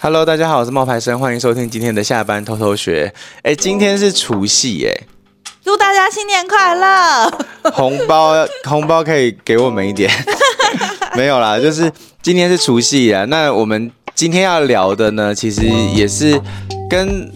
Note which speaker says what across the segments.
Speaker 1: Hello，大家好，我是冒牌生，欢迎收听今天的下班偷偷学。哎，今天是除夕哎耶，
Speaker 2: 祝大家新年快乐！
Speaker 1: 红包 红包可以给我们一点， 没有啦，就是今天是除夕啊。那我们今天要聊的呢，其实也是跟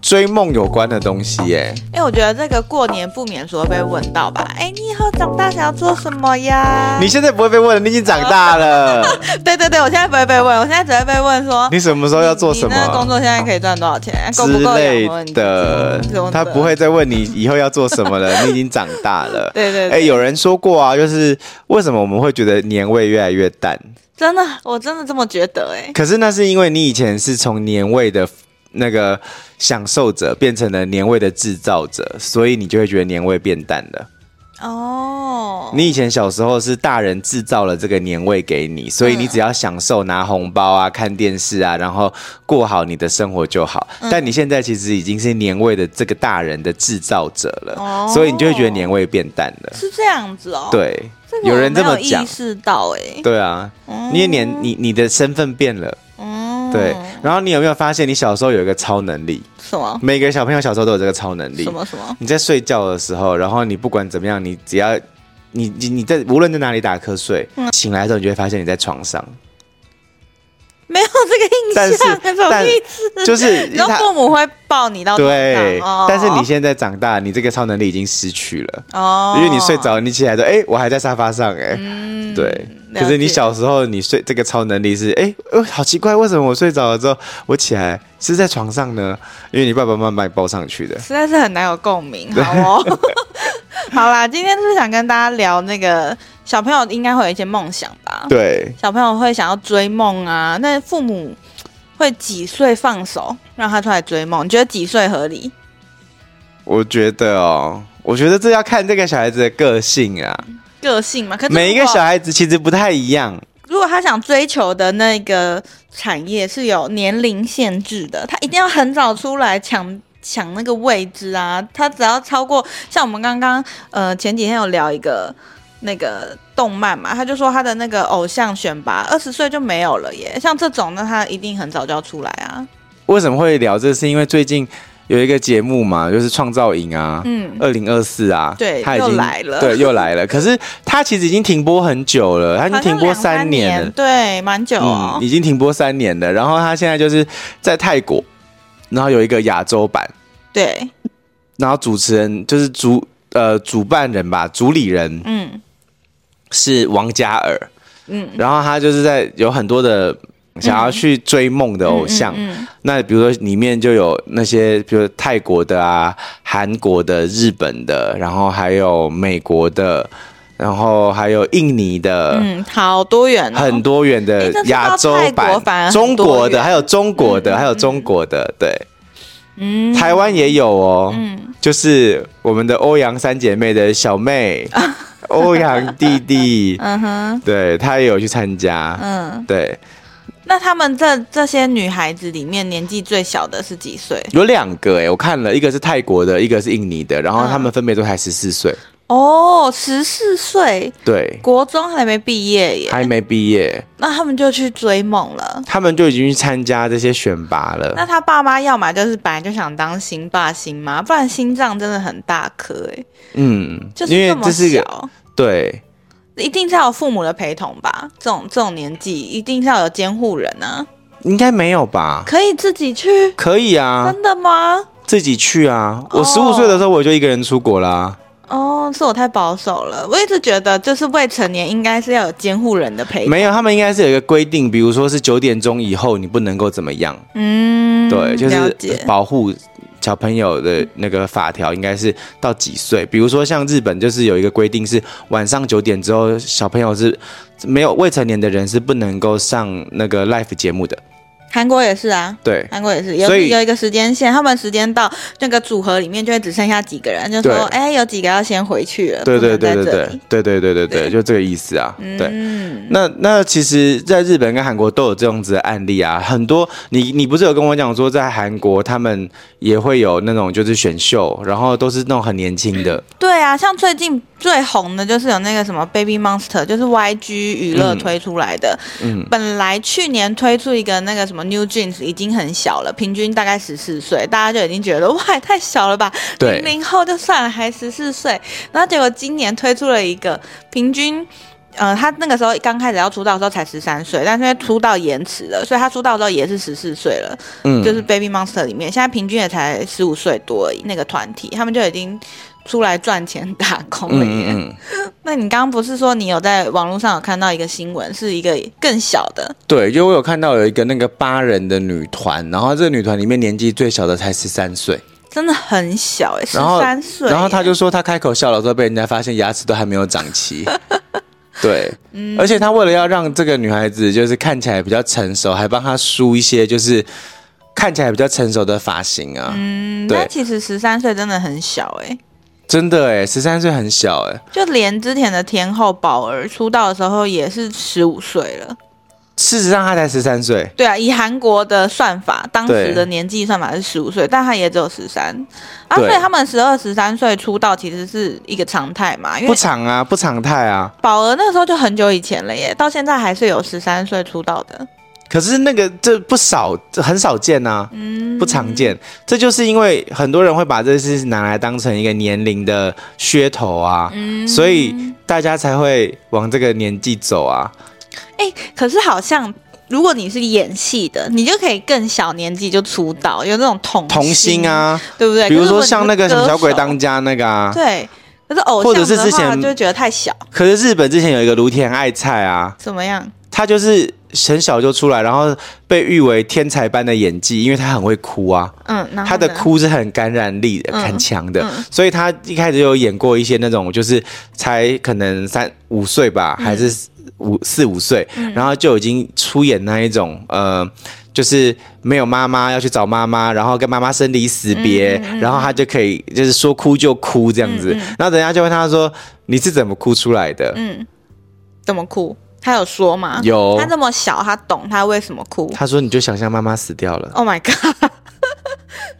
Speaker 1: 追梦有关的东西哎耶。
Speaker 2: 因哎为我觉得这个过年不免说被问到吧，哎，你以后长大想要做什么呀？
Speaker 1: 你现在不会被问了，你已经长大了，
Speaker 2: 对对对，我现在不会被问，我现在只会被问说
Speaker 1: 你什么时候要做什
Speaker 2: 你那个工
Speaker 1: 么？
Speaker 2: 作现在可以赚多少钱？啊够
Speaker 1: 之
Speaker 2: 不够
Speaker 1: 类
Speaker 2: 养活你
Speaker 1: 的
Speaker 2: 自己 什么，
Speaker 1: 他不会再问你以后要做什么 了，你已经长大了。
Speaker 2: 对对
Speaker 1: 哎、
Speaker 2: 对，
Speaker 1: 有人说过啊，就是为什么我们会觉得年味越来越淡？
Speaker 2: 真的，我真的这么觉得哎、
Speaker 1: 可是那是因为你以前是从年味的那个享受者变成了年味的制造者，所以你就会觉得年味变淡了。
Speaker 2: 哦，
Speaker 1: 你以前小时候是大人制造了这个年味给你，所
Speaker 2: 嗯
Speaker 1: 以你只要享受拿红包啊、看电视啊，然后过好你的生活就好。
Speaker 2: 嗯
Speaker 1: 但你现在其实已经是年味的这个大人的制造者了，
Speaker 2: 哦
Speaker 1: 所以你就会觉得年味变淡了。
Speaker 2: 是这样子哦，，
Speaker 1: 对
Speaker 2: 这，个
Speaker 1: 有
Speaker 2: 我
Speaker 1: 人这么
Speaker 2: 没有
Speaker 1: 讲
Speaker 2: 意，识到哎、
Speaker 1: 对啊，因为年你你的身份变了，
Speaker 2: 嗯，
Speaker 1: 对。然后你有没有发现，你小时候有一个超能力？
Speaker 2: 什么
Speaker 1: 每个小朋友小时候都有这个超能力
Speaker 2: 什。么什么，
Speaker 1: 你在睡觉的时候，然后你不管怎么样，你只要你你你在无论在哪里打瞌睡，
Speaker 2: 嗯
Speaker 1: 醒来的时候你就会发现你在床上，
Speaker 2: 没有这个
Speaker 1: 但
Speaker 2: 印
Speaker 1: 是
Speaker 2: 象，什么
Speaker 1: 但
Speaker 2: 意思？
Speaker 1: 就是
Speaker 2: 然后
Speaker 1: 他
Speaker 2: 父母会抱你到床
Speaker 1: 对
Speaker 2: 上哦、。
Speaker 1: 但是你现在长大，你这个超能力已经失去了。
Speaker 2: 哦，嗯
Speaker 1: 因为你睡着，你起来说：“哎、我还在沙发上、哎、对。
Speaker 2: 了
Speaker 1: 可是你
Speaker 2: 解
Speaker 1: 小时候，你睡这个超能力是：哎、呃，好奇怪，为什么我睡着了之后，我起来是在床上呢？因为你爸爸妈妈把你抱上去的。
Speaker 2: 实在是很难有共鸣，好哦。 好啦，今天就是想跟大家聊那个小朋友应该会有一些梦想吧？
Speaker 1: 对，
Speaker 2: 小朋友会想要追梦啊，那父母会几岁放手让他出来追梦？你觉得几岁合理？
Speaker 1: 我觉得哦，我觉得这要看这个小孩子的个性啊。
Speaker 2: 个性嘛，可是
Speaker 1: 每一个
Speaker 2: 如果
Speaker 1: 小孩子其实不太一样。
Speaker 2: 如果他想追求的那个产业是有年龄限制的，他一定要很早出来抢抢那个位置啊！他只要超过，像我们刚刚呃前几天有聊一个那个动漫嘛，他就说他的那个偶像选拔二十岁就没有了耶，像这种那他一定很早就要出来啊。
Speaker 1: 为什么会聊这？是因为最近有一个节目嘛，就是《创造营》啊，
Speaker 2: 嗯，
Speaker 1: 二零二四啊，
Speaker 2: 对
Speaker 1: 他已经
Speaker 2: 又来了
Speaker 1: 对，又来了。可是他其实已经停播很久了，他已经停播
Speaker 2: 好像两三嗯
Speaker 1: 年了，嗯
Speaker 2: 对，蛮久哦。
Speaker 1: 已经停播三年了。然后他现在就是在泰国，然后有一个亚洲版，
Speaker 2: 对，
Speaker 1: 然后主持人就是主呃主办人吧，主理人
Speaker 2: 嗯
Speaker 1: 是王嘉尔，
Speaker 2: 嗯，
Speaker 1: 然后他就是在有很多的想要去追梦的偶像，
Speaker 2: 嗯嗯
Speaker 1: 那比如说里面就有那些，比如泰国的啊、韩国的、日本的，然后还有美国的，然后还有印尼的，
Speaker 2: 嗯嗯好多元、哦，
Speaker 1: 呃很多元
Speaker 2: 诶
Speaker 1: 的
Speaker 2: 但是
Speaker 1: 亚洲
Speaker 2: 到泰国反
Speaker 1: 版、
Speaker 2: 而很
Speaker 1: 中国
Speaker 2: 多
Speaker 1: 的，
Speaker 2: 元
Speaker 1: 还有中国的，还有中国的，对，
Speaker 2: 嗯
Speaker 1: 台湾也有哦，
Speaker 2: 嗯
Speaker 1: 就是我们的欧阳三姐妹的小 妹，欧阳弟弟，
Speaker 2: 嗯哼
Speaker 1: 对他也有去参加，
Speaker 2: 嗯。
Speaker 1: 对，
Speaker 2: 那他们这这些女孩子里面，年纪最小的是几岁？
Speaker 1: 有两个哎、我看了一个是泰国的，一个是印尼的，然后他们分别都才十四岁，
Speaker 2: 哦，十四岁，
Speaker 1: 对，
Speaker 2: 国中还没毕业耶。
Speaker 1: 还没毕业，
Speaker 2: 那他们就去追梦了。
Speaker 1: 他们就已经去参加这些选拔
Speaker 2: 那
Speaker 1: 了。
Speaker 2: 他爸妈要么就是本来就想当星爸星妈，不然心脏真的很大颗哎，
Speaker 1: 嗯，
Speaker 2: 就是
Speaker 1: 因为
Speaker 2: 这么
Speaker 1: 这是一个
Speaker 2: 小，
Speaker 1: 对，
Speaker 2: 一定是要有父母的陪同吧？这种这种年纪，一定是要有监护人啊。
Speaker 1: 应该没有吧？
Speaker 2: 可以自己去？
Speaker 1: 可以啊，
Speaker 2: 真的吗？
Speaker 1: 自己去啊。我
Speaker 2: 哦
Speaker 1: 十五岁的时候我就一个人出国啦、
Speaker 2: 哦，是我太保守了。我一直觉得，就是未成年应该是要有监护人的陪同。
Speaker 1: 没有，他们应该是有一个规定，比如说是九点钟以后你不能够怎么样，
Speaker 2: 嗯，
Speaker 1: 对，就
Speaker 2: 了
Speaker 1: 是呃
Speaker 2: 解。
Speaker 1: 保护小朋友的那个法条应该是到几岁？比如说像日本就是有一个规定是晚上九点之后，小朋友是没有未成年的人是不能够上那个 live 节目的，
Speaker 2: 韩国也是啊，
Speaker 1: 对。
Speaker 2: 韩国也是，有
Speaker 1: 所以
Speaker 2: 有一个时间线，他们时间到，那个组合里面就会只剩下几个人，就
Speaker 1: 对
Speaker 2: 说哎、有几个要先回去了，
Speaker 1: 对
Speaker 2: 不
Speaker 1: 对
Speaker 2: 能
Speaker 1: 对
Speaker 2: 在
Speaker 1: 对
Speaker 2: 这
Speaker 1: 对
Speaker 2: 里。
Speaker 1: 对对对对对，
Speaker 2: 对
Speaker 1: 就这个意思啊。对，
Speaker 2: 嗯，
Speaker 1: 那那其实，在日本跟韩国都有这样子的案例啊，很多。你你不是有跟我讲说，在韩国他们
Speaker 2: 嗯
Speaker 1: 也会有那种就是选秀，然后都是那种很年轻的，
Speaker 2: 对啊，像最近最红的就是有那个什么 Baby Monster，就是 YG 娱乐推出来的。
Speaker 1: 嗯
Speaker 2: 本来去年推出一个那个什么 New Jeans 已经很小了，平均大概十四岁，大家就已经觉得哇也太小了吧，
Speaker 1: 对
Speaker 2: 零零后就算了，还十四岁。然后结果今年推出了一个平均。呃，他那个时候刚开始要出道的时候才十三岁，但是因为出道延迟了，所以他出道的时候也是十四岁了，
Speaker 1: 嗯，
Speaker 2: 就是 Baby Monster 里面，现在平均也才十五岁多而已。那个团体他们就已经出来赚钱打工了耶。
Speaker 1: 嗯嗯嗯，
Speaker 2: 那你刚刚不是说你有在网络上有看到一个新闻，是一个更小的？
Speaker 1: 对，就我有看到有一个那个八人的女团，然后这个女团里面年纪最小的才十三岁，
Speaker 2: 真的很小哎、欸，十
Speaker 1: 然后
Speaker 2: 三岁耶。
Speaker 1: 然后她就说她开口笑了之后被人家发现牙齿都还没有长 齐。对，
Speaker 2: 嗯
Speaker 1: 而且她为了要让这个女孩子就是看起来比较成熟，还帮她梳一些就是看起来比较成熟的发型啊。
Speaker 2: 嗯，
Speaker 1: 对
Speaker 2: 那其实十三岁真的很小哎、
Speaker 1: 真的哎，十三岁很小哎，
Speaker 2: 就连之前的天后宝儿出道的时候也是十五岁了。
Speaker 1: 事实上她才十三岁。
Speaker 2: 对啊，以韩国的算法，当时
Speaker 1: 对
Speaker 2: 的年纪算法是十五岁，但他也只有十三啊，
Speaker 1: 对
Speaker 2: 所以他们十二、十三岁出道其实是一个常态嘛，因
Speaker 1: 不
Speaker 2: 为
Speaker 1: 常啊，不常态啊。
Speaker 2: 宝儿那时候就很久以前了耶，到现在还是有十三岁出道的。
Speaker 1: 可是那个这不少，这很少见啊，
Speaker 2: 嗯
Speaker 1: 不常见。这就是因为很多人会把这事拿来当成一个年龄的噱头啊，
Speaker 2: 嗯
Speaker 1: 所以大家才会往这个年纪走啊。
Speaker 2: 哎、可是好像如果你是演戏的，你就可以更小年纪就出道，有那种童
Speaker 1: 童
Speaker 2: 星
Speaker 1: 星，啊，
Speaker 2: 对不对？
Speaker 1: 比如
Speaker 2: 可是
Speaker 1: 说
Speaker 2: 你是
Speaker 1: 像那个什么
Speaker 2: 歌
Speaker 1: 小鬼
Speaker 2: 手
Speaker 1: 当家那个啊，
Speaker 2: 对，可是偶像
Speaker 1: 或者是
Speaker 2: 的
Speaker 1: 之
Speaker 2: 话
Speaker 1: 前
Speaker 2: 就会觉得太小，
Speaker 1: 可是日本之前有一个芦田爱菜啊，
Speaker 2: 怎么样？
Speaker 1: 她就是很小就出来，然后被誉为天才般的演技，因为她很会哭啊。
Speaker 2: 嗯，然后
Speaker 1: 他的
Speaker 2: 呢
Speaker 1: 哭是很感染力的、
Speaker 2: 嗯
Speaker 1: 很强的，
Speaker 2: 嗯
Speaker 1: 所以他一开始就有演过一些那种，就是才可能三五岁吧，还
Speaker 2: 嗯
Speaker 1: 是五四五岁，然后就已经出演那一种呃。就是没有妈妈要去找妈妈，然后跟妈妈生离死别，
Speaker 2: 嗯
Speaker 1: 然后他就可以就是说哭就哭这样子。然后人家就问他说：“你是怎么哭出来的？”
Speaker 2: 嗯，怎么哭？他有说吗？
Speaker 1: 有
Speaker 2: 他这么小，他懂他为什么哭
Speaker 1: 他说：“你就想象妈妈死掉了。
Speaker 2: ？Oh my god！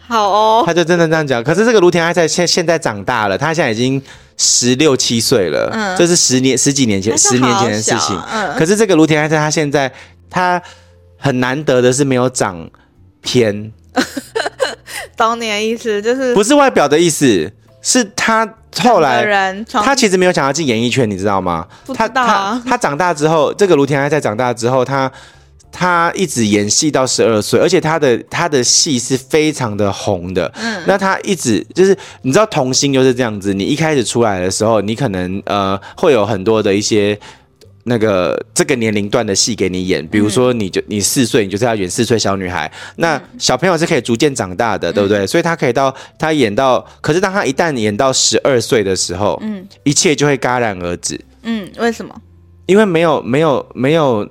Speaker 2: 好哦，
Speaker 1: 他就真的这样讲。可是这个卢田爱菜现现在长大了，他现在已经十六七岁了，
Speaker 2: 嗯
Speaker 1: 这是十年十几年前
Speaker 2: 还是
Speaker 1: 十年前的
Speaker 2: 好小
Speaker 1: 事
Speaker 2: 啊
Speaker 1: 情。
Speaker 2: 嗯
Speaker 1: 可是这个卢田爱菜，他现在他很难得的是没有长偏，
Speaker 2: 懂你的意思，就是
Speaker 1: 不是外表的意思，是他后
Speaker 2: 两个
Speaker 1: 来。
Speaker 2: 人从
Speaker 1: 他其实没有想要进演艺圈，你知道吗？
Speaker 2: 不知
Speaker 1: 他
Speaker 2: 道啊
Speaker 1: 他他长大之后，这个卢田爱在长大之后，他他一直演戏到十二岁，而且他的他的戏是非常的红的。
Speaker 2: 嗯
Speaker 1: 那他一直就是你知道童星就是这样子，你一开始出来的时候，你可能呃会有很多的一些。那个这个年龄段的戏给你演，比如
Speaker 2: 嗯
Speaker 1: 说你就你四岁，你就是要演四岁小女孩。那小朋友是可以逐渐长大的，对不
Speaker 2: 嗯
Speaker 1: 对？所以他可以到他演到，可是当他一旦演到十二岁的时候，
Speaker 2: 嗯
Speaker 1: 一切就会戛然而止。
Speaker 2: 嗯，为什么
Speaker 1: 因为没有没有没有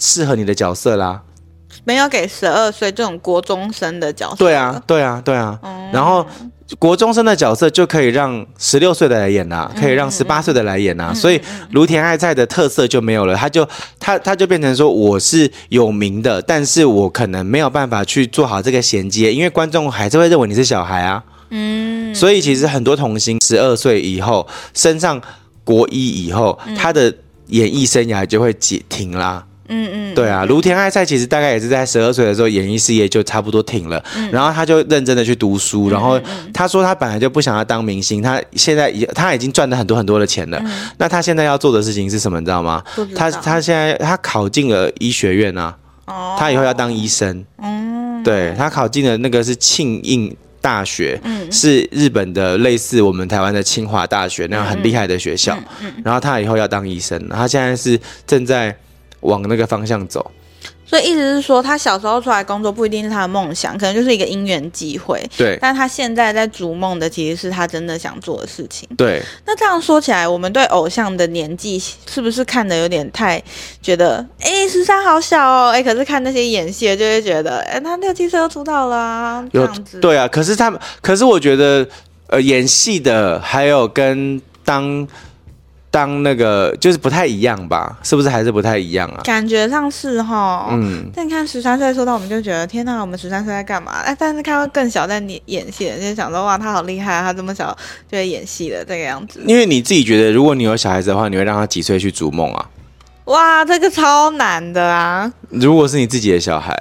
Speaker 1: 适合你的角色啦。
Speaker 2: 没有给十二岁这种国中生的角色？
Speaker 1: 对啊，，对啊，对啊。然后国中生的角色就可以让十六岁的来演啦，可以让十八岁的来演啦，所以芦田爱菜的特色就没有了，他就他他就变成说我是有名的，但是我可能没有办法去做好这个衔接，因为观众还是会认为你是小孩啊。
Speaker 2: 嗯，
Speaker 1: 所以其实很多童星十二岁以后升上国一以后，他的演艺生涯就会解停啦。
Speaker 2: 嗯嗯，
Speaker 1: 对啊，芦田爱菜其实大概也是在十二岁的时候，演艺事业就差不多停了。
Speaker 2: 嗯
Speaker 1: 然后他就认真的去读书，然后他说他本来就不想要当明星，他现在已他已经赚了很多很多的钱了。那他现在要做的事情是什么，你知道吗？
Speaker 2: 嗯不知道
Speaker 1: 他他现在他考进了医学院啊，
Speaker 2: 哦
Speaker 1: 他以后要当医生。对他考进了那个是庆应大学，
Speaker 2: 嗯
Speaker 1: 是日本的类似我们台湾的清华大学那样很厉害的学
Speaker 2: 嗯
Speaker 1: 校。然后他以后要当医生，他现在是正在往那个方向走。
Speaker 2: 所以意思是说，他小时候出来工作不一定是他的梦想，可能就是一个因缘机会。
Speaker 1: 对
Speaker 2: 但他现在在逐梦的其实是他真的想做的事情。
Speaker 1: 对，
Speaker 2: 那这样说起来，我们对偶像的年纪是不是看的有点太觉得，哎，十三好小哦，哎，可是看那些演戏的就会觉得，哎，他六七岁就出道啦、这
Speaker 1: 有
Speaker 2: 样子。，
Speaker 1: 对啊。可是他们，可是我觉得，呃，演戏的还有跟当当那个就是不太一样吧？是不是还是不太一样啊？
Speaker 2: 感觉上是哈。
Speaker 1: 嗯，
Speaker 2: 但你看十三岁说到，我们就觉得天呐，我们十三岁在干嘛？哎，但是看到更小在演演戏的，就想说哇，他好厉害啊，他这么小就会演戏了，这个样子。
Speaker 1: 因为你自己觉得，如果你有小孩子的话，你会让他几岁去逐梦啊？
Speaker 2: 哇，这个超难的啊！
Speaker 1: 如果是你自己的小孩，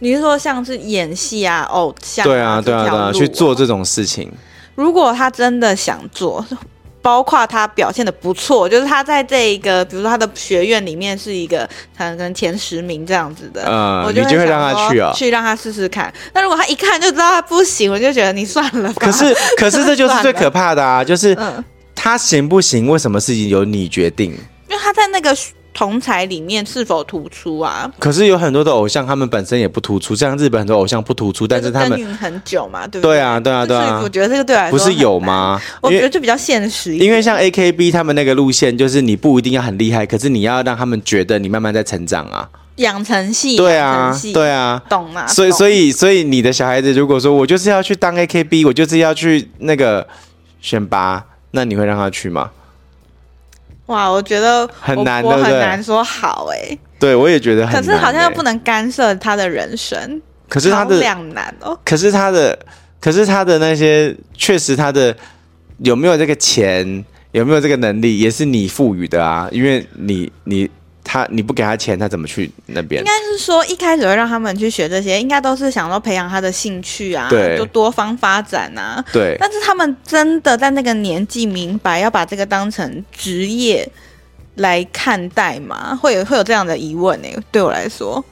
Speaker 2: 你是说像是演戏啊、偶像
Speaker 1: 对啊，对啊，
Speaker 2: 这
Speaker 1: 对
Speaker 2: 条路
Speaker 1: 啊，去做这种事情，
Speaker 2: 如果他真的想做，包括他表现的不错，就是他在这一个，比如说他的学院里面是一个可能前十名这样子的，
Speaker 1: 嗯
Speaker 2: 我
Speaker 1: 你就
Speaker 2: 会
Speaker 1: 会让
Speaker 2: 想
Speaker 1: 他
Speaker 2: 说
Speaker 1: 去啊
Speaker 2: 去让他试试看。那如果他一看就知道他不行，我就觉得你算了吧。
Speaker 1: 可 是，可是这就是最可怕的啊！就是
Speaker 2: 嗯，
Speaker 1: 他行不行，为什么事情由你决定？
Speaker 2: 因为他在那个同才里面是否突出啊？
Speaker 1: 可是有很多的偶像，他们本身也不突出，像日本很多偶像不突出，但是他
Speaker 2: 耕
Speaker 1: 们
Speaker 2: 耘很久嘛，对不
Speaker 1: 对啊，对啊，对
Speaker 2: 所以
Speaker 1: 啊
Speaker 2: 我，觉得这个对我来
Speaker 1: 不
Speaker 2: 说
Speaker 1: 是有
Speaker 2: 很难？
Speaker 1: 吗？
Speaker 2: 我
Speaker 1: 因
Speaker 2: 觉得
Speaker 1: 为
Speaker 2: 就比较现实一点。
Speaker 1: 因为像 A K B 他们那个路线，就是你不一定要很厉害，可是你要让他们觉得你慢慢在成长啊。
Speaker 2: 养成系，
Speaker 1: 对
Speaker 2: 养
Speaker 1: 啊
Speaker 2: 成系，
Speaker 1: 对啊。
Speaker 2: 懂吗？
Speaker 1: 所以，
Speaker 2: 懂
Speaker 1: 所以，所以你的小孩子如果说我就是要去当 A K B，我就是要去那个选拔，那你会让他去吗？
Speaker 2: 哇，我觉得
Speaker 1: 很
Speaker 2: 我
Speaker 1: 难
Speaker 2: 我
Speaker 1: 对不
Speaker 2: 很
Speaker 1: 对
Speaker 2: 难说好哎、
Speaker 1: 对我也觉得很
Speaker 2: 可
Speaker 1: 难欸、
Speaker 2: 是好像又不能干涉他的人生，
Speaker 1: 可是他的
Speaker 2: 好两难哦。
Speaker 1: 可是他的，可是他的那些，确实他的有没有这个钱，有没有这个能力，也是你赋予的啊。因为你你他你不给他钱，他怎么去那边
Speaker 2: 应？该是说一开始会让他们去学这些，应该都是想要培养他的兴趣啊，
Speaker 1: 对
Speaker 2: 就多方发展啊。
Speaker 1: 对，
Speaker 2: 但是他们真的在那个年纪明白要把这个当成职业来看待吗？会有会有这样的疑问呢、对我来说，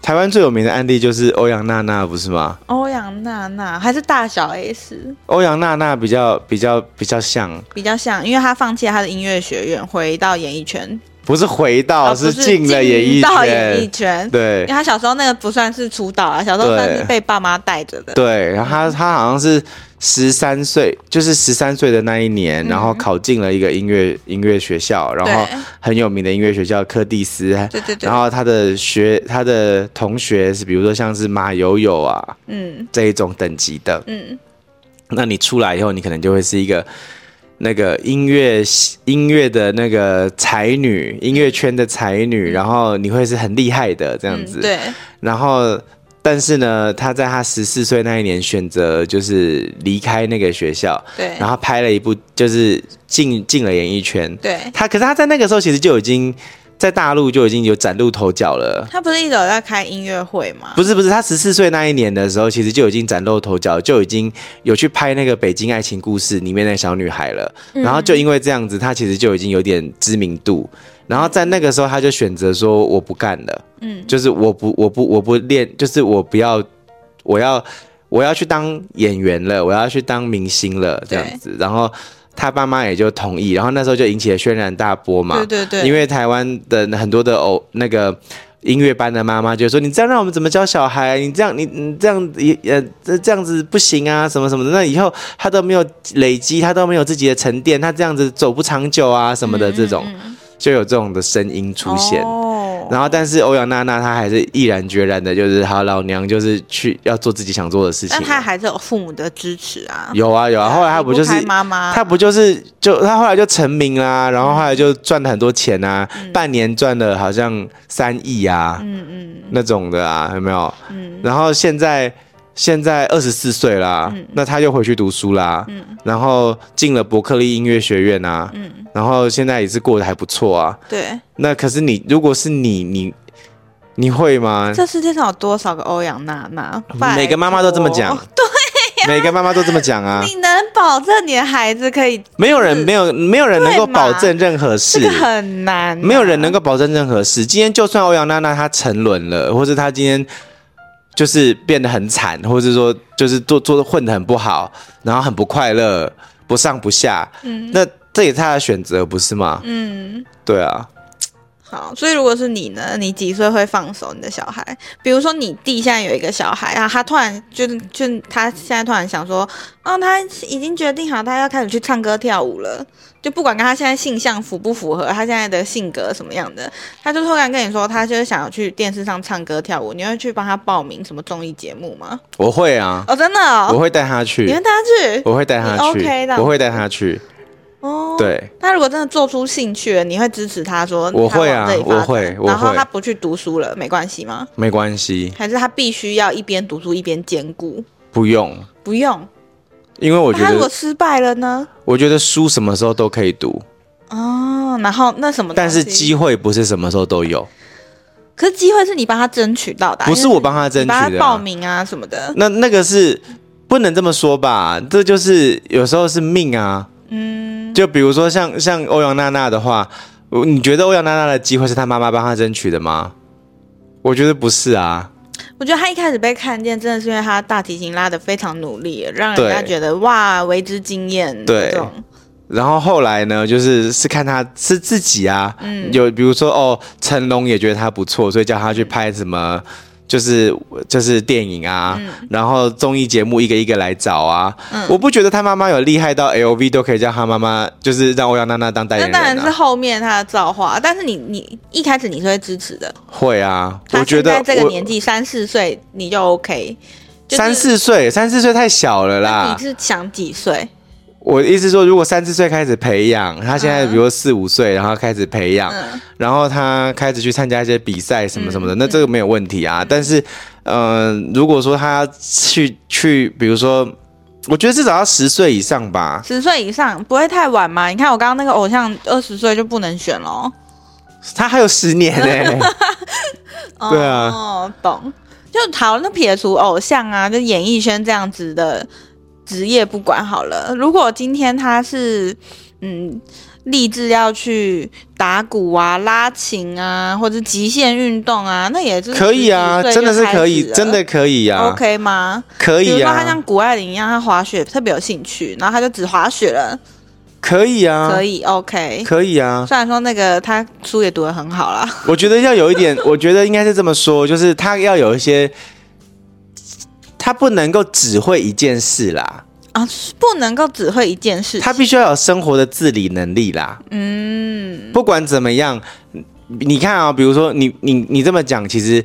Speaker 1: 台湾最有名的案例就是欧阳娜娜，不是吗？
Speaker 2: 欧阳娜娜还是大小 S
Speaker 1: 欧阳娜娜比较比较比较像，
Speaker 2: 比较像，因为她放弃了她的音乐学院，回到演艺圈，
Speaker 1: 不是回到、
Speaker 2: 哦不是
Speaker 1: 进了演艺
Speaker 2: 到演艺
Speaker 1: 圈，
Speaker 2: 圈。因
Speaker 1: 对
Speaker 2: 为他小时候那个不算是出道啊，小时候算是
Speaker 1: 对
Speaker 2: 被爸妈带着的。
Speaker 1: 对。然后她她好像是十三岁，就是十三岁的那一年，然后考进了一个音乐音乐学校，然后
Speaker 2: 嗯对
Speaker 1: 很有名的音乐学校柯蒂斯，
Speaker 2: 对对对
Speaker 1: 然，后他的学他的同学是，比如说像是马友友啊
Speaker 2: 嗯
Speaker 1: 这一种等级的，
Speaker 2: 嗯，
Speaker 1: 那你出来以后，你可能就会是一个那个音乐音乐的那个才女，音乐圈的才
Speaker 2: 嗯
Speaker 1: 女，然后你会是很厉害的这
Speaker 2: 这
Speaker 1: 样子。
Speaker 2: 嗯对，
Speaker 1: 然后，但是呢，他在他十四岁那一年选择就是离开那个学校，
Speaker 2: 对
Speaker 1: 然后拍了一部就是进进了演艺圈。
Speaker 2: 对，
Speaker 1: 他可是他在那个时候其实就已经在大陆就已经有崭露头角了。
Speaker 2: 他不是一直有在开音乐会吗？
Speaker 1: 不是不是，他十四岁那一年的时候，其实就已经崭露头角，就已经有去拍那个《北京爱情故事》里面那小女孩了。
Speaker 2: 嗯
Speaker 1: 然后就因为这样子，他其实就已经有点知名度。然后在那个时候，他就选择说我不干了，
Speaker 2: 嗯，
Speaker 1: 就是我不我不我不练，就是我不要，我要我要去当演员了，我要去当明星了这样子。然后他爸妈也就同意，然后那时候就引起了轩然大波嘛。
Speaker 2: 对对对，
Speaker 1: 因为台湾的很多的偶那个音乐班的妈妈就说：“你这样让我们怎么教小孩？你这样你你这样也呃这这样子不行啊，什么什么的。那以后他都没有累积，他都没有自己的沉淀，他这样子走不长久啊什么的。这种、就有这种的声音出现。
Speaker 2: 嗯哦，
Speaker 1: 然后，但是欧阳娜娜她还是毅然决然的，就是好老娘就是去要做自己想做的事情
Speaker 2: 但
Speaker 1: 啊。
Speaker 2: 他还是有父母的支持啊。
Speaker 1: 有啊有啊，后来她
Speaker 2: 离
Speaker 1: 不就是
Speaker 2: 开妈妈，
Speaker 1: 他不就是就他后来就成名啦、然后后来就赚了很多钱啊，半年赚了好像三亿啊，
Speaker 2: 嗯嗯
Speaker 1: 那种的啊，有没有？
Speaker 2: 嗯
Speaker 1: 然后现在现在二十四岁啦，那他又回去读书啦，
Speaker 2: 嗯
Speaker 1: 然后进了伯克利音乐学院啊，
Speaker 2: 嗯，
Speaker 1: 然后现在也是过得还不错啊。
Speaker 2: 对，
Speaker 1: 那可是你如果是你，你你会吗？
Speaker 2: 这世界上有多少个欧阳娜娜？拜
Speaker 1: 每个妈妈都这么讲
Speaker 2: 托， 对，
Speaker 1: 每个妈妈都这么讲啊，
Speaker 2: 你能保证你的孩子可以？
Speaker 1: 没有人没有没有人能够
Speaker 2: 对嘛
Speaker 1: 保证任何事，
Speaker 2: 这个很难啊，
Speaker 1: 没有人能够保证任何事。今天就算欧阳娜娜她沉沦了，或是她今天就是变得很惨，或是说就是做做的混得很不好，然后很不快乐，不上不下，嗯，那这也是她的选择，不是吗？
Speaker 2: 嗯。
Speaker 1: 对啊，
Speaker 2: 好，所以如果是你呢，你几岁会放手你的小孩？比如说你弟现在有一个小孩啊，他突然就就他现在突然想说，哦，他已经决定好他要开始去唱歌跳舞了，就不管跟他现在性向符不符合，他现在的性格什么样的，他就突然跟你说，他就是想要去电视上唱歌跳舞，你会去帮他报名什么综艺节目吗？
Speaker 1: 我会啊，
Speaker 2: 哦，真的哦，
Speaker 1: 我会带她
Speaker 2: 你
Speaker 1: 去
Speaker 2: 会，带他去
Speaker 1: 我会带她去
Speaker 2: 你 OK 的
Speaker 1: 我会带她去。
Speaker 2: 哦，
Speaker 1: 对，
Speaker 2: 他如果真的做出兴趣了，你会支持他说
Speaker 1: 我会啊
Speaker 2: 他往这里发展
Speaker 1: 我会我
Speaker 2: 然后
Speaker 1: 会
Speaker 2: 他不去读书了，没关系吗？
Speaker 1: 没关系，
Speaker 2: 还是他必须要一边读书一边兼顾？
Speaker 1: 不用，
Speaker 2: 不用。
Speaker 1: 因为我觉
Speaker 2: 那他如果
Speaker 1: 得
Speaker 2: 失败了呢？
Speaker 1: 我觉得书什么时候都可以读，
Speaker 2: 哦，然后那什么东
Speaker 1: 但
Speaker 2: 西？
Speaker 1: 是机会不是什么时候都有。
Speaker 2: 可是机会是你帮他争取到的啊、
Speaker 1: 不是
Speaker 2: 因为
Speaker 1: 我帮他争取的啊
Speaker 2: 你帮他报名啊什么的。
Speaker 1: 那那个是不能这么说吧？这就是有时候是命啊。嗯，就比如说像像欧阳娜娜的话，我你觉得欧阳娜娜的机会是她妈妈帮她争取的吗？我觉得不是啊。
Speaker 2: 我觉得他一开始被看见，真的是因为他大提琴拉的非常努力，让人
Speaker 1: 对
Speaker 2: 家觉得哇，为之惊艳。
Speaker 1: 对
Speaker 2: 这种
Speaker 1: 然后后来呢，就是是看她是自己啊，
Speaker 2: 嗯
Speaker 1: 有比如说哦，成龙也觉得她不错，所以叫她去拍什么。就是就是电影啊，
Speaker 2: 嗯
Speaker 1: 然后综艺节目一个一个来找啊。我不觉得她妈妈有厉害到 LV 都可以叫她妈妈，就是让欧阳娜娜当代言
Speaker 2: 那
Speaker 1: 人、啊。
Speaker 2: 当然是后面他的造化，但是你你一开始你是会支持的。
Speaker 1: 会啊，
Speaker 2: 他
Speaker 1: 我觉
Speaker 2: 现
Speaker 1: 得
Speaker 2: 在这个
Speaker 1: 我
Speaker 2: 年纪三四岁你就 OK，就是
Speaker 1: 三四岁，三四岁太小了
Speaker 2: 那
Speaker 1: 啦
Speaker 2: 你。是想几岁？
Speaker 1: 我的意思说，如果三四岁开始培养，他现在
Speaker 2: 嗯
Speaker 1: 比如四五岁，然后开始培养，
Speaker 2: 嗯，
Speaker 1: 然后他开始去参加一些比赛什么什么的，那这个没有问题啊。但是，嗯、如果说他去去，比如说，我觉得至少要十岁以上吧，
Speaker 2: 十岁以上不会太晚吗？你看我刚刚那个偶像二十岁就不能选了。
Speaker 1: 他还有十年呢、 对啊
Speaker 2: 哦，懂。就好，那撇除偶像啊，就演艺圈这样子的职业不管好了。如果今天他是嗯立志要去打鼓啊、拉琴啊，或者极限运动啊，那也是
Speaker 1: 可以啊，
Speaker 2: 10几岁
Speaker 1: 真的是
Speaker 2: 就开始
Speaker 1: 可以，
Speaker 2: 了
Speaker 1: 真的可以啊
Speaker 2: OK 吗？
Speaker 1: 可
Speaker 2: 比如
Speaker 1: 以
Speaker 2: 说他像
Speaker 1: 啊，
Speaker 2: 谷爱凌一样，他滑雪特别有兴趣，然后他就只滑雪了，
Speaker 1: 可以啊，
Speaker 2: 可以 OK。
Speaker 1: 可以啊。
Speaker 2: 虽然说那个他书也读得很好啦，
Speaker 1: 我觉得要有一点，我觉得应该是这么说，就是他要有一些，他不能够只会一件事啦，
Speaker 2: 啊，不能够只会一件事情
Speaker 1: 他必须要有生活的自理能力啦。嗯，不管怎么样，你看啊、比如说你你你这么讲，其实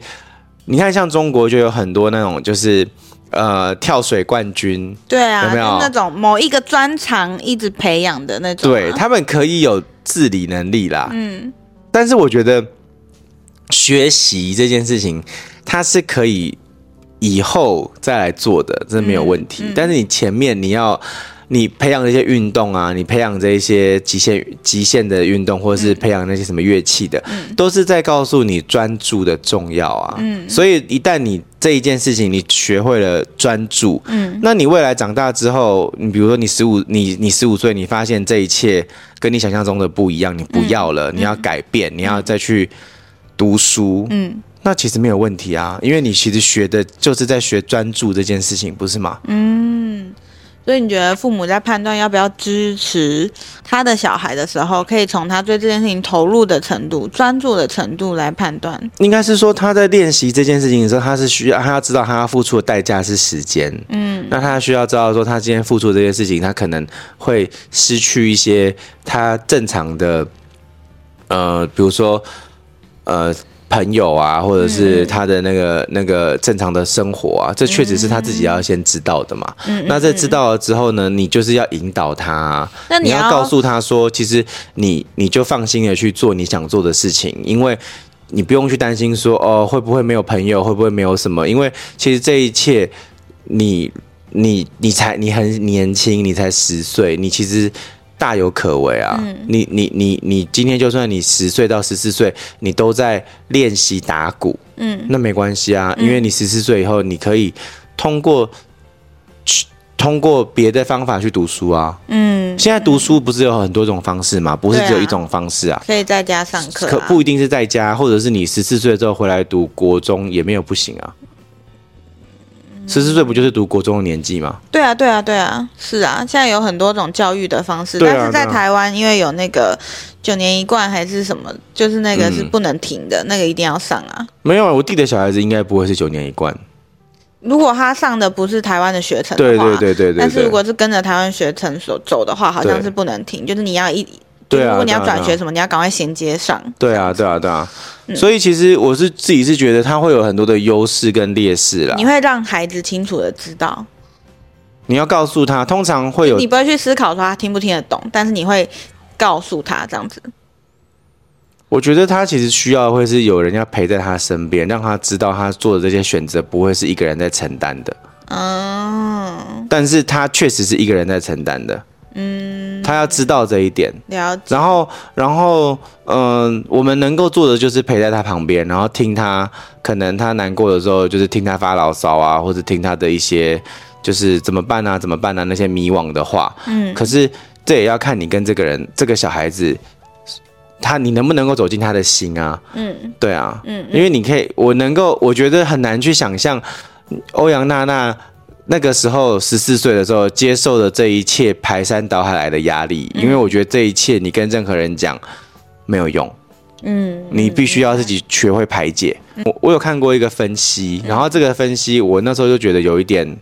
Speaker 1: 你看像中国就有很多那种就是呃跳水冠军，
Speaker 2: 对啊，
Speaker 1: 有没有
Speaker 2: 就那种某一个专长一直培养的那种、啊
Speaker 1: 对，他们可以有自理能力啦。
Speaker 2: 嗯，
Speaker 1: 但是我觉得学习这件事情，它是可以以后再来做的，这没有问题。
Speaker 2: 嗯
Speaker 1: 但是你前面你要。你培养这些运动啊，你培养这一些极限极限的运动，或者是培养那些什么乐器的，都是在告诉你专注的重要啊。所以一旦你这一件事情你学会了专注，那你未来长大之后，你比如说你十五，你你十五岁，你发现这一切跟你想象中的不一样，你不要了，你要改变，你要再去读书，嗯，那其实没有问题啊，因为你其实学的就是在学专注这件事情，不是吗？
Speaker 2: 所以你觉得父母在判断要不要支持他的小孩的时候，可以从他对这件事情投入的程度、专注的程度来判断。
Speaker 1: 应该是说他在练习这件事情的时候，他是需要他要知道他要付出的代价是时间，嗯，那他需要知道说他今天付出的这件事情，他可能会失去一些他正常的，呃，比如说呃朋友啊，或者
Speaker 2: 嗯
Speaker 1: 是他的那个、那个正常的生活啊，这确实是他自己要先知道的嘛。
Speaker 2: 嗯
Speaker 1: 那这知道了之后呢，你就是要引导他啊、
Speaker 2: 那
Speaker 1: 你
Speaker 2: 你要
Speaker 1: 告诉他说，其实你你就放心的去做你想做的事情，因为你不用去担心说哦会不会没有朋友，会不会没有什么，因为其实这一切你你你才你很年轻，你才十岁，你其实。大有可为啊！你你你你今天就算你十岁到十四岁，你都在练习打鼓，嗯，那没关系啊，因为你十四岁以后，你可以通过去通过别的方法去读书啊，
Speaker 2: 嗯，
Speaker 1: 现在读书不是有很多种方式吗？不是只有
Speaker 2: 对啊
Speaker 1: 一种方式啊。
Speaker 2: 可以在家上课、啊，
Speaker 1: 可不一定是在家，或者是你十四岁之后回来读国中也没有不行啊。十四岁不就是读国中的年纪吗？
Speaker 2: 对啊，对啊，对啊，是啊，现在有很多种教育的方式，
Speaker 1: 对啊
Speaker 2: 但是在
Speaker 1: 对啊
Speaker 2: 台湾，因为有那个九年一贯还是什么，就是那个是
Speaker 1: 嗯
Speaker 2: 不能停的，那个一定要上啊。
Speaker 1: 没有啊，我弟的小孩子应该不会是九年一贯。
Speaker 2: 如果他上的不是台湾的学程的
Speaker 1: 对
Speaker 2: 话，
Speaker 1: 对对对对
Speaker 2: 但是
Speaker 1: 对
Speaker 2: 如果是跟着台湾学程所走的话，好像是不能停，就是你要一，
Speaker 1: 对啊
Speaker 2: 如果你要
Speaker 1: 对啊对啊
Speaker 2: 转学什么，你要赶快衔接上。
Speaker 1: 对啊，对啊，对啊。所以其实我是自己是觉得他会有很多的优势跟劣势啦
Speaker 2: 你。会让孩子清楚的知道，
Speaker 1: 你要告诉他，通常会有
Speaker 2: 你不会去思考说他听不听得懂，但是你会告诉他这样子。
Speaker 1: 我觉得他其实需要会是有人要陪在他身边，让他知道他做的这些选择不会是一个人在承担的。
Speaker 2: 嗯，
Speaker 1: 但是他确实是一个人在承担的。嗯，他要知道这一点。
Speaker 2: 了解。
Speaker 1: 然后，然后，嗯、我们能够做的就是陪在他旁边，然后听他，可能他难过的时候，就是听他发牢骚啊，或者听他的一些就是怎么办啊，怎么办啊那些迷惘的话。
Speaker 2: 嗯，
Speaker 1: 可是这也要看你跟这个人，这个小孩子，他你能不能够走进他的心啊？
Speaker 2: 嗯
Speaker 1: 对啊，
Speaker 2: 嗯
Speaker 1: 因为你可以，我能够，我觉得很难去想象欧阳娜娜那个时候十四岁的时候接受的这一切排山倒海来的压力，
Speaker 2: 嗯
Speaker 1: 因为我觉得这一切你跟任何人讲没有用，
Speaker 2: 嗯，
Speaker 1: 你必须要自己学会排解。我我有看过一个分析，
Speaker 2: 嗯
Speaker 1: 然后这个分析我那时候就觉得有一点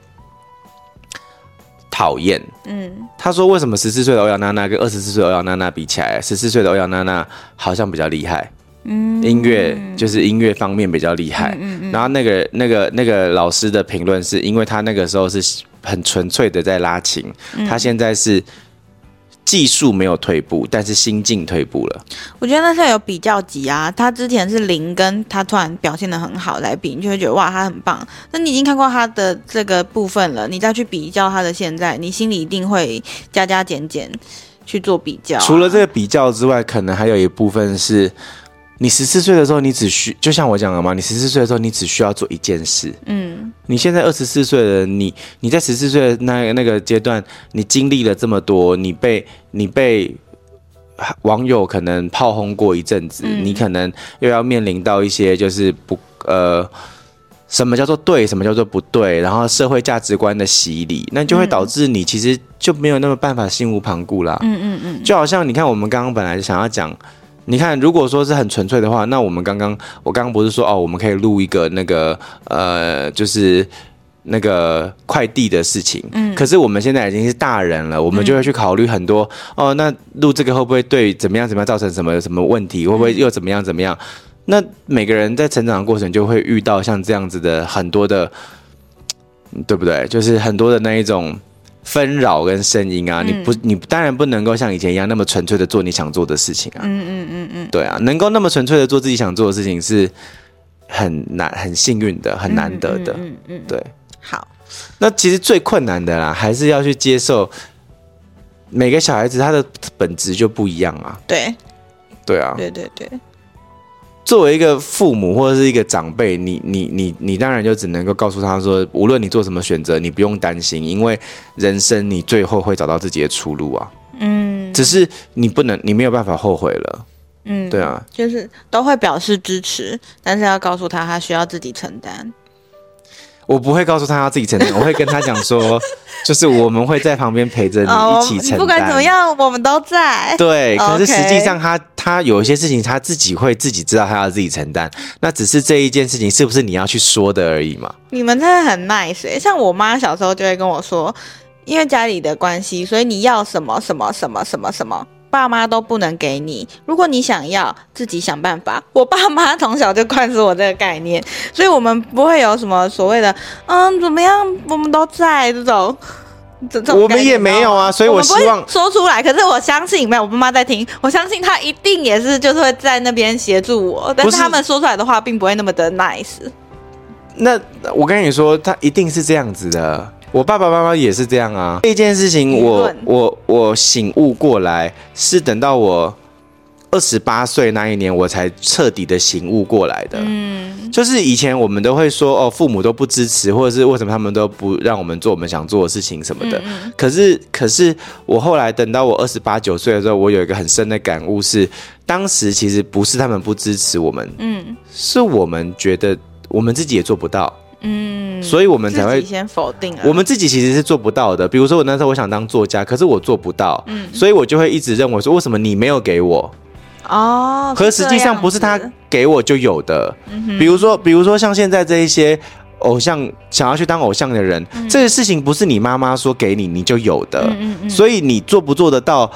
Speaker 1: 讨厌，
Speaker 2: 嗯
Speaker 1: 他说：“为什么十四岁的欧阳娜娜跟二十四岁的欧阳娜娜比起来，十四岁的欧阳娜娜好像比较厉害？嗯，音乐就是音乐方面比较厉害。嗯嗯然后那个那个那个老师的评论是因为他那个时候是很纯粹的在拉琴，他现在是技术没有退步，但是心境退步了。
Speaker 2: 我觉得那时候有比较级啊，他之前是零，跟他突然表现的很好来比，你就会觉得哇，他很棒。那你已经看过他的这个部分了，你再去比较他的现在，你心里一定会加加减减去做比较啊、
Speaker 1: 除了这个比较之外，可能还有一部分是。”你十四岁的时候，你只需就像我讲的嘛，你十四岁的时候，你只需要做一件事，
Speaker 2: 嗯
Speaker 1: 你现在二十四岁了，你你在十四岁的那那个阶段，你经历了这么多，你被你被网友可能炮轰过一阵子，
Speaker 2: 嗯
Speaker 1: 你可能又要面临到一些就是不呃，什么叫做对，什么叫做不对，然后社会价值观的洗礼，那就会导致你其实就没有那么办法心无旁骛啦。
Speaker 2: 嗯嗯嗯，
Speaker 1: 就好像你看，我们刚刚本来想要讲，你看，如果说是很纯粹的话，那我们刚刚我刚刚不是说哦，我们可以录一个那个呃，就是那个快递的事情。嗯。可是我们现在已经是大人了，我们就会去考虑很多、哦，那录这个会不会对怎么样怎么样造成什么什么问题？会不会又怎么样怎么样？那每个人在成长的过程就会遇到像这样子的很多的，嗯对不对？就是很多的那一种纷扰跟声音啊，你不，你当然不能够像以前一样那么纯粹的做你想做的事情啊。嗯嗯嗯嗯，对啊，能够那么纯粹的做自己想做的事情是很难、很幸运的、很难得的。
Speaker 2: 嗯嗯嗯，
Speaker 1: 对，
Speaker 2: 好，
Speaker 1: 那其实最困难的啦，还是要去接受每个小孩子他的本质就不一样啊。
Speaker 2: 对
Speaker 1: 对啊，
Speaker 2: 对对对，
Speaker 1: 作为一个父母或者是一个长辈，你你你你当然就只能够告诉他说，无论你做什么选择，你不用担心，因为人生你最后会找到自己的出路啊。
Speaker 2: 嗯
Speaker 1: 只是你不能，你没有办法后悔了。
Speaker 2: 嗯，
Speaker 1: 对啊，
Speaker 2: 就是都会表示支持，但是要告诉他他需要自己承担。
Speaker 1: 我不会告诉他要自己承担，我会跟他讲说， 就是我们会在旁边陪着你一起承担。
Speaker 2: 哦不管怎么。样，我们都在。
Speaker 1: 对，可是
Speaker 2: OK
Speaker 1: 实际上他他有一些事情他自己会自己知道他要自己承担，那只是这一件事情是不是你要去说的而已嘛？
Speaker 2: 你们真的很 nice，、欸、像我妈小时候就会跟我说，因为家里的关系，所以你要什么什么什么什么什么，爸妈都不能给你。如果你想要，自己想办法。我爸妈从小就灌输我这个概念，所以我们不会有什么所谓的嗯怎么样，我们都在这种。这这种
Speaker 1: 我们
Speaker 2: 概念
Speaker 1: 也没有啊所以
Speaker 2: 我
Speaker 1: 我
Speaker 2: 们不会
Speaker 1: 希望
Speaker 2: 说出来。可是我相信，没有我妈妈在听，我相信她一定也是就是会在那边协助我，但
Speaker 1: 不
Speaker 2: 是
Speaker 1: 是
Speaker 2: 他们说出来的话并不会那么的 nice。
Speaker 1: 那我跟你说，他一定是这样子的。我爸爸妈妈也是这样啊。这件事情
Speaker 2: 舆
Speaker 1: 我
Speaker 2: 论，
Speaker 1: 我我醒悟过来，是等到我二十八岁那一年，我才彻底的醒悟过来的。嗯，就是以前我们都会说，哦，父母都不支持，或者是为什么他们都不让我们做我们想做的事情什么的。可是，可是我后来等到我二十八九岁的时候，我有一个很深的感悟是，当时其实不是他们不支持我们，
Speaker 2: 嗯
Speaker 1: 是我们觉得我们自己也做不到，
Speaker 2: 嗯。
Speaker 1: 所以我们才
Speaker 2: 自
Speaker 1: 会
Speaker 2: 己。先否定了。
Speaker 1: 我们自己其实是做不到的。比如说，我那时候我想当作家，可是我做不到，
Speaker 2: 嗯
Speaker 1: 所以我就会一直认为说，为什么你没有给我？
Speaker 2: 哦，
Speaker 1: 可实际上不是他给我就有的。
Speaker 2: 嗯
Speaker 1: 比如说，比如说像现在这一些偶像想要去当偶像的人，
Speaker 2: 嗯
Speaker 1: 这个事情不是你妈妈说给你你就有的，呃
Speaker 2: 嗯
Speaker 1: 所以你做不做得到？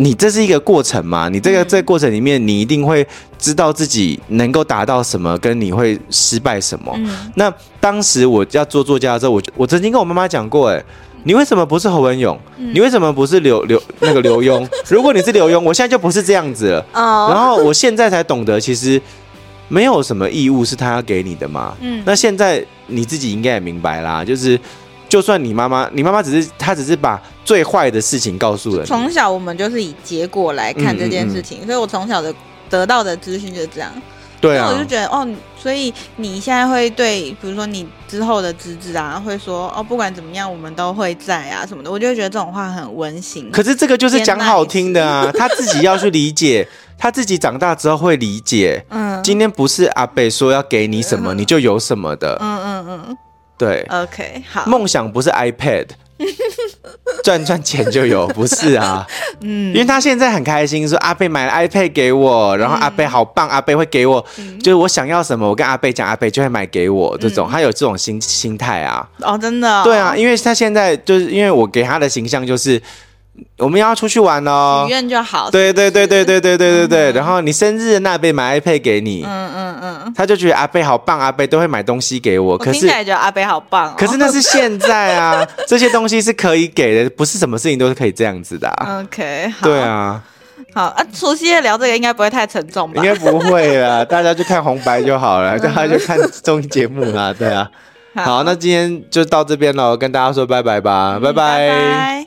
Speaker 1: 你这是一个过程嘛？你这个、这个过程里面，你一定会知道自己能够达到什么，跟你会
Speaker 2: 嗯
Speaker 1: 失败什么。那当时我要做作家的时候，我我曾经跟我妈妈讲过、欸，哎，你为什么不是侯文勇？你为什么不是刘刘那个刘墉？如果你是刘墉，我现在就不是这样子了。然
Speaker 2: 哦，
Speaker 1: 后我现在才懂得，其实没有什么义务是他要给你的嘛。
Speaker 2: 嗯
Speaker 1: 那现在你自己应该也明白啦，就是就算你妈妈，你妈妈只是她只是把最坏的事情告诉了你。
Speaker 2: 从小我们就是以结果来
Speaker 1: 嗯
Speaker 2: 看这件事情，所以我从小的得到的资讯就是这样。
Speaker 1: 对
Speaker 2: 那
Speaker 1: 啊
Speaker 2: 我就，觉得哦，所以你现在会对，比如说你之后的侄子啊，会说哦，不管怎么样，我们都会在啊什么的，我就会觉得这种话很温馨。
Speaker 1: 可是这个就是讲好听的啊，他自己要去理解， 他自己长大之后会理解。
Speaker 2: 嗯
Speaker 1: 今天不是阿北说要给你什么，你就有什么的。
Speaker 2: 嗯嗯
Speaker 1: 对，
Speaker 2: 嗯，OK，好，
Speaker 1: 梦想不是 iPad，赚赚钱就有，不是啊？
Speaker 2: 嗯
Speaker 1: 因为他现在很开心，说阿贝买了 iPad 给我，然后
Speaker 2: 嗯
Speaker 1: 阿贝好棒，阿贝会给我，就是我想要什么，我跟阿贝讲，阿贝就会买给我，这种、他有这种心心态啊。
Speaker 2: 哦，真嗯的、哦，
Speaker 1: 对啊，因为他现在就是因为我给他的形象就是我们要出去玩哦
Speaker 2: 许，愿就好。
Speaker 1: 对对对对对对对对对，然后你生日那阿贝买 iPad 给你，
Speaker 2: 嗯嗯嗯，
Speaker 1: 他就觉得阿贝好棒，阿贝都会买东西给我，
Speaker 2: 我
Speaker 1: 可
Speaker 2: 听起
Speaker 1: 是。
Speaker 2: 来觉得阿北好棒哦。
Speaker 1: 可是那是现在 啊，这些东西是可以给的，不是什么事情都是可以这样子的、啊。
Speaker 2: OK，好，
Speaker 1: 对，啊，
Speaker 2: 好啊，除夕夜聊这个应该不会太沉重
Speaker 1: 应？
Speaker 2: 吧
Speaker 1: 该不会 啦，大家就看红白就好了，大家就看综艺节目啦，对啊。好，那今天就到这边喽，跟大家说拜拜吧，
Speaker 2: 嗯拜拜。